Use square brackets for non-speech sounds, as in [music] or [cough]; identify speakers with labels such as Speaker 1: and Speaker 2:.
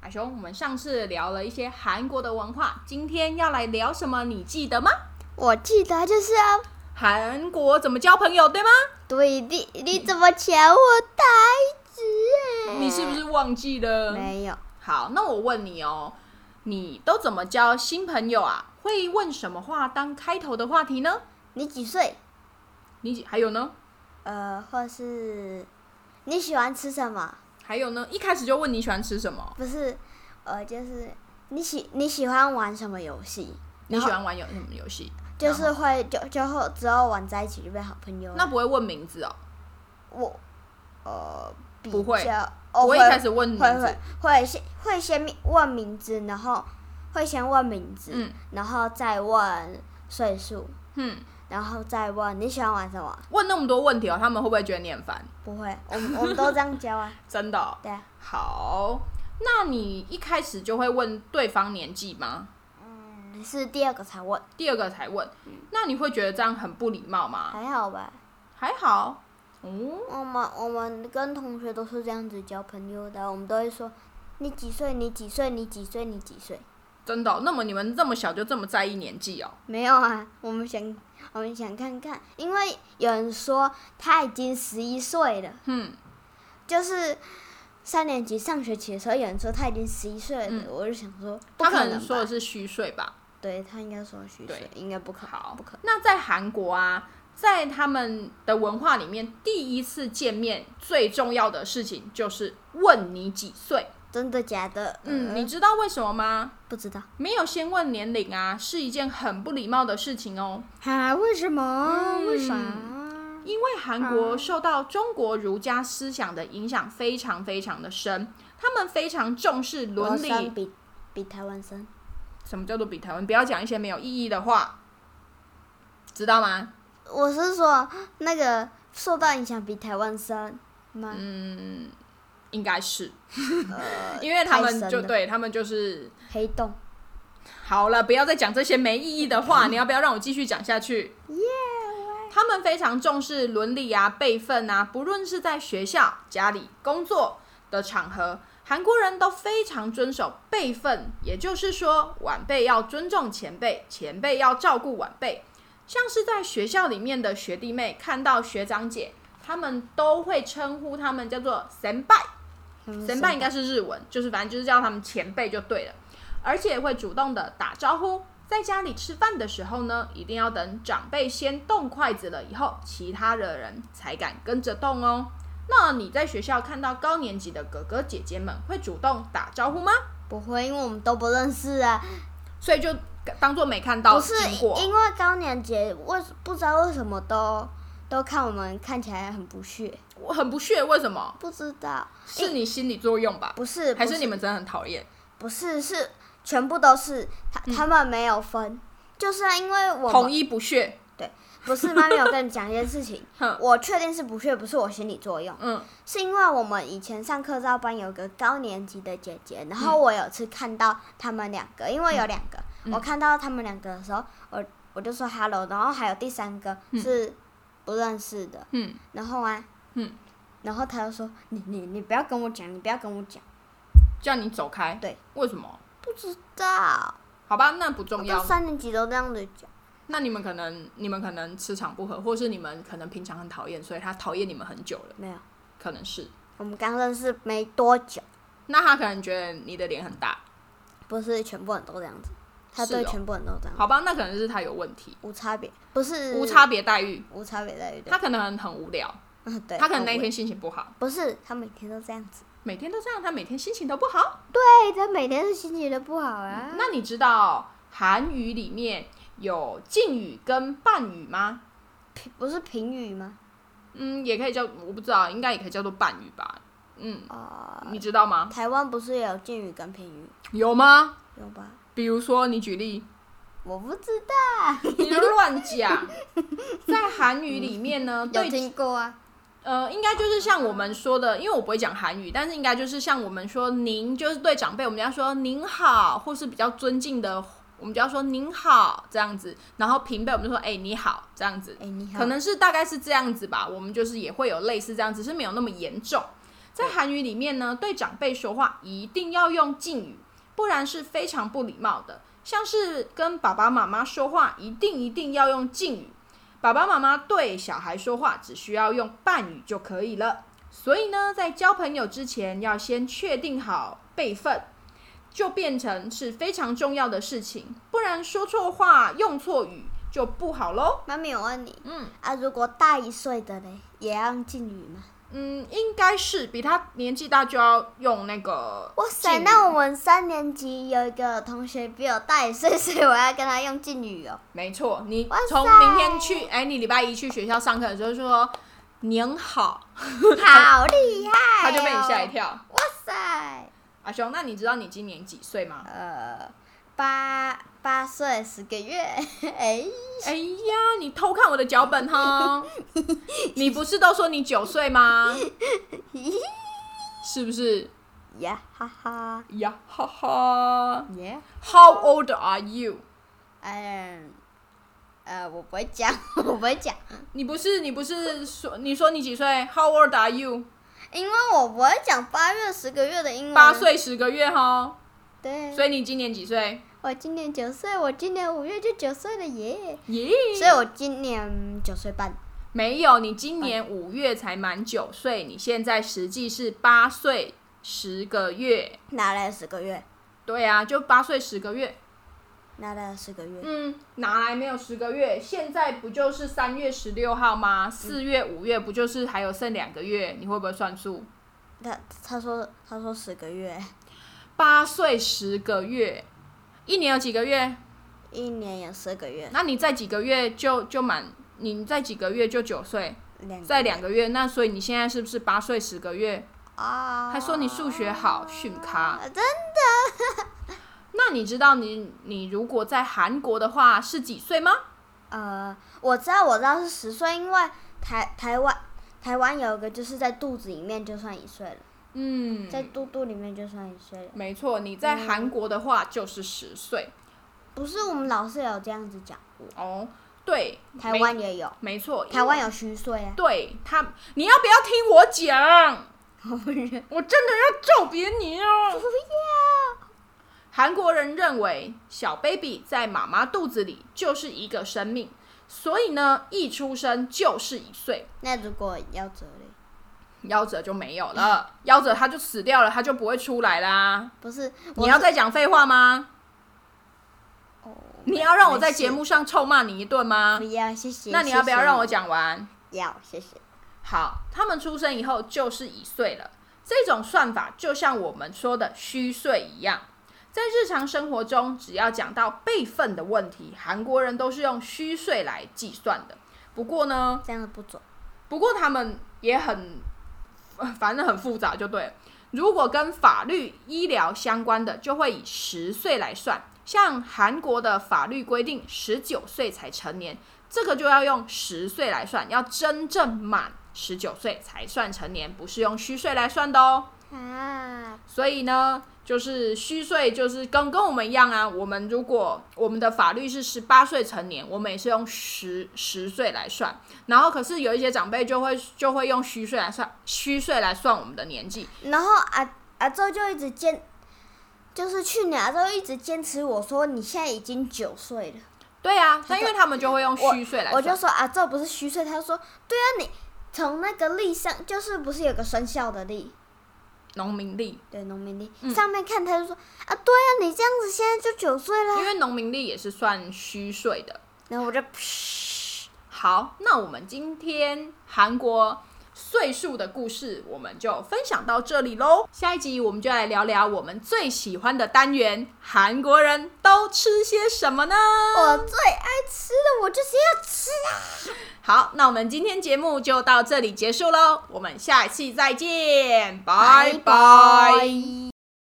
Speaker 1: 海雄，我们上次聊了一些韩国的文化，今天要来聊什么？你记得吗？
Speaker 2: 我记得就是哦，
Speaker 1: 韩国怎么交朋友，对吗？
Speaker 2: 对你你怎么抢我台词、啊？
Speaker 1: 你是不是忘记了？
Speaker 2: 没有，
Speaker 1: 好，那我问你哦，你都怎么交新朋友啊？会问什么话当开头的话题呢？
Speaker 2: 你几岁？
Speaker 1: 你还有呢？
Speaker 2: 呃，或是你喜欢吃什么？
Speaker 1: 还有呢？一开始就问你喜欢吃什么？
Speaker 2: 不是，呃，就是你喜你喜欢玩什么游戏？
Speaker 1: 你喜欢玩有什么游戏？
Speaker 2: 就
Speaker 1: 然
Speaker 2: 是
Speaker 1: 后
Speaker 2: 会就就后之后玩在一起就变好朋友了。
Speaker 1: 那不会问名字哦，
Speaker 2: 我呃比
Speaker 1: 不会
Speaker 2: 较哦
Speaker 1: 不会
Speaker 2: 会
Speaker 1: 一开始问名
Speaker 2: 会
Speaker 1: 字
Speaker 2: 会。会先会先命问名字，然后会先问名字，
Speaker 1: 嗯
Speaker 2: 然后再问岁数，
Speaker 1: 哼、
Speaker 2: 然后再问你喜欢玩什么？
Speaker 1: 问那么多问题哦，他们会不会觉得你很烦？
Speaker 2: 不会， [laughs] 我们我们都这样教啊，
Speaker 1: 真的哦、
Speaker 2: 对啊，
Speaker 1: 好，那你一开始就会问对方年纪吗？
Speaker 2: 你是第二个才问，
Speaker 1: 第二个才问，
Speaker 2: 嗯
Speaker 1: 那你会觉得这样很不礼貌吗？
Speaker 2: 还好吧？
Speaker 1: 还好，哦，
Speaker 2: 我们我们跟同学都是这样子交朋友的，我们都会说你几岁？你几岁？你几岁？你几岁？
Speaker 1: 真的哦、那么你们这么小就这么在意年纪哦？
Speaker 2: 没有啊，我们想我们想看看，因为有人说他已经十一岁了，
Speaker 1: 哼、
Speaker 2: 就是三年级上学期的时候，有人说他已经十一岁了，我就想说不
Speaker 1: 他可
Speaker 2: 嗯能
Speaker 1: 能
Speaker 2: 吧
Speaker 1: 说的是虚岁吧？
Speaker 2: 对他应该说虚岁，应该不可
Speaker 1: 好
Speaker 2: 不可。
Speaker 1: 那在韩国啊，在他们的文化里面，第一次见面最重要的事情就是问你几岁。
Speaker 2: 真的假的？
Speaker 1: 嗯，
Speaker 2: 呃
Speaker 1: 你知道为什么吗？
Speaker 2: 不知道
Speaker 1: 没有先问年龄啊，是一件很不礼貌的事情哦。
Speaker 2: 啊？为什么？为啥？
Speaker 1: 因为韩国
Speaker 2: 嗯
Speaker 1: 受到中国儒家思想的影响非常非常的深，他们非常重视伦
Speaker 2: 我生
Speaker 1: 理。
Speaker 2: 比比台湾生
Speaker 1: 什么叫做比台湾？不要讲一些没有意义的话，知道吗？
Speaker 2: 我是说那个受到影响比台湾深吗？
Speaker 1: 嗯应该是，
Speaker 2: 呃，
Speaker 1: [laughs] 因为他
Speaker 2: 太
Speaker 1: 们
Speaker 2: 深
Speaker 1: 就
Speaker 2: 了
Speaker 1: 对他们就是
Speaker 2: 黑洞
Speaker 1: 好了，不要再讲这些没意义的话，你要不要让我继续讲下去？他们非常重视伦理啊、辈分啊，不论是在学校、家里、工作的场合，韩国人都非常遵守辈分，也就是说，晚辈要尊重前辈，前辈要照顾晚辈。像是在学校里面的学弟妹看到学长姐，他们都会称呼他们叫做“神拜”。神拜应该是日文，就是反正就是叫他们前辈就对了，而且会主动的打招呼。在家里吃饭的时候呢，一定要等长辈先动筷子了以后，其他的人才敢跟着动哦。那你在学校看到高年级的哥哥姐姐们会主动打招呼吗？
Speaker 2: 不会，因为我们都不认识啊。
Speaker 1: 所以就当做没看到
Speaker 2: 不是
Speaker 1: 经过。
Speaker 2: 因为高年级为不知道为什么都都看我们看起来很不屑，
Speaker 1: 我很不屑，为什么？
Speaker 2: 不知道
Speaker 1: 是你心理作用吧？
Speaker 2: 不是
Speaker 1: 还
Speaker 2: 不
Speaker 1: 是你们真的很讨厌？
Speaker 2: 不是是全部都是他
Speaker 1: 嗯
Speaker 2: 他们没有分，就是因为我
Speaker 1: 统
Speaker 2: 们
Speaker 1: 一不屑？
Speaker 2: 不是妈咪有跟你讲一件事情
Speaker 1: [laughs] 哼，
Speaker 2: 我确定是不屑，不是我心理作用。
Speaker 1: 嗯，
Speaker 2: 是因为我们以前上课照班有个高年级的姐姐，然后我有次看到他们两个，因为有两个，
Speaker 1: 嗯
Speaker 2: 我看到他们两个的时候，我我就说 hello，然后还有第三个是不认识的，
Speaker 1: 嗯，
Speaker 2: 然后啊，
Speaker 1: 嗯，
Speaker 2: 然后他就说你你你不要跟我讲，你不要跟我讲，
Speaker 1: 叫你走开。
Speaker 2: 对，
Speaker 1: 为什么？
Speaker 2: 不知道，
Speaker 1: 好吧，那不
Speaker 2: 我
Speaker 1: 重要
Speaker 2: 到。三年级都这样子讲，
Speaker 1: 那你们可能你们可能磁场不合，或是你们可能平常很讨厌，所以他讨厌你们很久了，
Speaker 2: 没有，
Speaker 1: 可能是。
Speaker 2: 我们刚认识没多久，
Speaker 1: 那他可能觉得你的脸很大，
Speaker 2: 不是全部人都这样子，他
Speaker 1: 是
Speaker 2: 对
Speaker 1: 哦
Speaker 2: 全部人都这样，
Speaker 1: 好吧，那可能是他有问题，
Speaker 2: 无差别，不是
Speaker 1: 无差别待遇，
Speaker 2: 无差别待遇，对
Speaker 1: 他可能很无聊，
Speaker 2: 嗯对，
Speaker 1: 他可能那
Speaker 2: 很
Speaker 1: 一
Speaker 2: 无
Speaker 1: 天心情不好，
Speaker 2: 不是，他每天都这样子。
Speaker 1: 每天都这样，他每天心情都不好。
Speaker 2: 对，他哎每天是心情都不好啊。
Speaker 1: 那你知道韩语里面有敬语跟半语吗？
Speaker 2: 不是评语吗？
Speaker 1: 嗯，也可以叫，我不知道，应该也可以叫做半语吧。嗯，
Speaker 2: 啊、
Speaker 1: 你知道吗？
Speaker 2: 台湾不是也有敬语跟评语
Speaker 1: 有吗？
Speaker 2: 有吧？
Speaker 1: 比如说，你举例，
Speaker 2: 我不知道，
Speaker 1: 你乱讲。
Speaker 2: [laughs]
Speaker 1: 在韩语里面呢，
Speaker 2: 有
Speaker 1: 对，
Speaker 2: 听过啊？
Speaker 1: 呃，应该就是像我们说的，因为我不会讲韩语，但是应该就是像我们说“您”，就是对长辈，我们要说“您好”，或是比较尊敬的，我们就要说“您好”这样子。然后平辈，我们就说“哎、你好”这样子。
Speaker 2: 哎、你好，
Speaker 1: 可能是大概是这样子吧，我们就是也会有类似这样，只是没有那么严重。在韩语里面呢，对长辈说话一定要用敬语，不然是非常不礼貌的。像是跟爸爸妈妈说话，一定一定要用敬语；爸爸妈妈对小孩说话，只需要用半语就可以了。所以呢，在交朋友之前，要先确定好辈分，就变成是非常重要的事情，不然说错话、用错语就不好喽。
Speaker 2: 妈咪，我问你
Speaker 1: 嗯
Speaker 2: 啊，如果大一岁的嘞，也要用敬语吗？
Speaker 1: 嗯，应该是比他年纪大就要用那个
Speaker 2: 哇塞，
Speaker 1: 敬语
Speaker 2: 那我们三年级有一个同学比我大一岁，所以我要跟他用敬语 [laughs] 哦。
Speaker 1: 没错，你
Speaker 2: 哇塞
Speaker 1: 从明天去，哎，你礼拜一去学校上课的时候说“您好
Speaker 2: 好厉害、”，哦！
Speaker 1: 他就被你吓一。跳。
Speaker 2: 哇塞，
Speaker 1: 阿兄，那你知道你今年几岁
Speaker 2: [laughs]
Speaker 1: 吗？
Speaker 2: 呃，八八岁十个月， [laughs] 哎、
Speaker 1: 哎呀，你偷看我的脚本
Speaker 2: [laughs]
Speaker 1: 哈！你不是都说你九岁吗？是不是？
Speaker 2: 呀哈哈，
Speaker 1: 呀哈哈
Speaker 2: 耶、
Speaker 1: ！How old are you？
Speaker 2: 嗯，呃，我不会讲， [laughs] 我不会讲，
Speaker 1: 你不是你不是说你说你几岁？How old are you？
Speaker 2: 因为我不会讲八月十个月的英文。
Speaker 1: 八。岁十个月哈，
Speaker 2: 对。
Speaker 1: 所以你今年几岁？
Speaker 2: 我今年九岁，我今年五月就九岁了耶。
Speaker 1: 耶、
Speaker 2: 所以我今年九岁半。
Speaker 1: 没有，你今年五月才满九岁，你现在实际是八岁十个月。
Speaker 2: 哪来十个月？
Speaker 1: 对啊，就八岁十个月。
Speaker 2: 哪来十个月？
Speaker 1: 嗯，哪来没有十个月？现在不就是三月十六号吗？四月、五月不就是还有剩两个月？你会不会算数？
Speaker 2: 他他说他说十个月，
Speaker 1: 八岁十个月，一年有几个月？
Speaker 2: 一年有四个月，
Speaker 1: 那你再几个月就就满，你再几个月就九岁，
Speaker 2: 两
Speaker 1: 再两个月，那所以你现在是不是八岁十个月？
Speaker 2: 啊。
Speaker 1: 还说你数学好，训咖。
Speaker 2: 真
Speaker 1: [laughs] 那你知道你你如果在韩国的话是几岁吗？
Speaker 2: 呃，我知道我知道是十岁，因为台台湾台湾有个就是在肚子里面就算一岁了，
Speaker 1: 嗯，
Speaker 2: 在肚肚里面就算一岁了。
Speaker 1: 没错，你在韩国的话就是十岁
Speaker 2: 不是我们老师有这样子讲过，
Speaker 1: 哦。对，
Speaker 2: 嗯台湾也有，
Speaker 1: 没没错，
Speaker 2: 台湾有虚岁啊。
Speaker 1: 对他，你要不要听我讲？
Speaker 2: 我不认，
Speaker 1: 我真的要揍扁你
Speaker 2: 不
Speaker 1: 哦！
Speaker 2: 要。
Speaker 1: 韩国人认为小 baby 在妈妈肚子里就是一个生命，所以呢，一出生就是一岁。
Speaker 2: 那如果夭折嘞？
Speaker 1: 夭折就没有了，夭折他就死掉了，他就不会出来啦。
Speaker 2: 不是，
Speaker 1: 你
Speaker 2: 我
Speaker 1: 要
Speaker 2: 是
Speaker 1: 再讲废话吗？
Speaker 2: 哦
Speaker 1: 你要让我在
Speaker 2: 没事
Speaker 1: 节目上臭骂你一顿吗
Speaker 2: 不？要谢谢。
Speaker 1: 那你要不要
Speaker 2: 谢谢
Speaker 1: 让我？讲完？
Speaker 2: 要谢谢。
Speaker 1: 好，他们出生以后就是一岁了。这种算法就像我们说的虚岁一样，在日常生活中，只要讲到辈分的问题，韩国人都是用虚岁来计算的。不过呢，
Speaker 2: 这样子不准。
Speaker 1: 不过他们也很，呃反正很复杂，就对了。如果跟法律、医疗相关的，就会以十岁来算。像韩国的法律规定，十九岁才成年，这个就要用十岁来算，要真正满十九岁才算成年，不是用虚岁来算的哦。
Speaker 2: 啊，
Speaker 1: 所以呢，就是虚岁，就是跟跟我们一样啊。我们如果我们的法律是十八岁成年，我们也是用十十岁来算。然后可是有一些长辈就会就会用虚岁来算，虚岁来算我们的年纪。
Speaker 2: 然后阿阿周就一直坚，就是去年阿周一直坚持我说你现在已经九岁了，
Speaker 1: 对啊，那因为他们就会用虚岁来
Speaker 2: 我就
Speaker 1: 算。
Speaker 2: 说啊阿周不是虚岁，他就说对啊，你从那个历上就是不是有个生肖的历，
Speaker 1: 农民历，
Speaker 2: 对农民历、
Speaker 1: 嗯
Speaker 2: 上面看他就说啊，对啊，你这样子现在就九岁了
Speaker 1: 因。为农民历也是算虚岁的。
Speaker 2: 然后我就噗，
Speaker 1: 好，那我们今天韩国岁数的故事我们就分享到这里喽。下一集我们就来聊聊我们最喜欢的单元——韩国人都吃些什么呢？
Speaker 2: 我最爱吃的，我就是要吃啊。
Speaker 1: 好，那我们今天节目就到这里结束喽，我们下一期再见，拜拜。
Speaker 2: 拜拜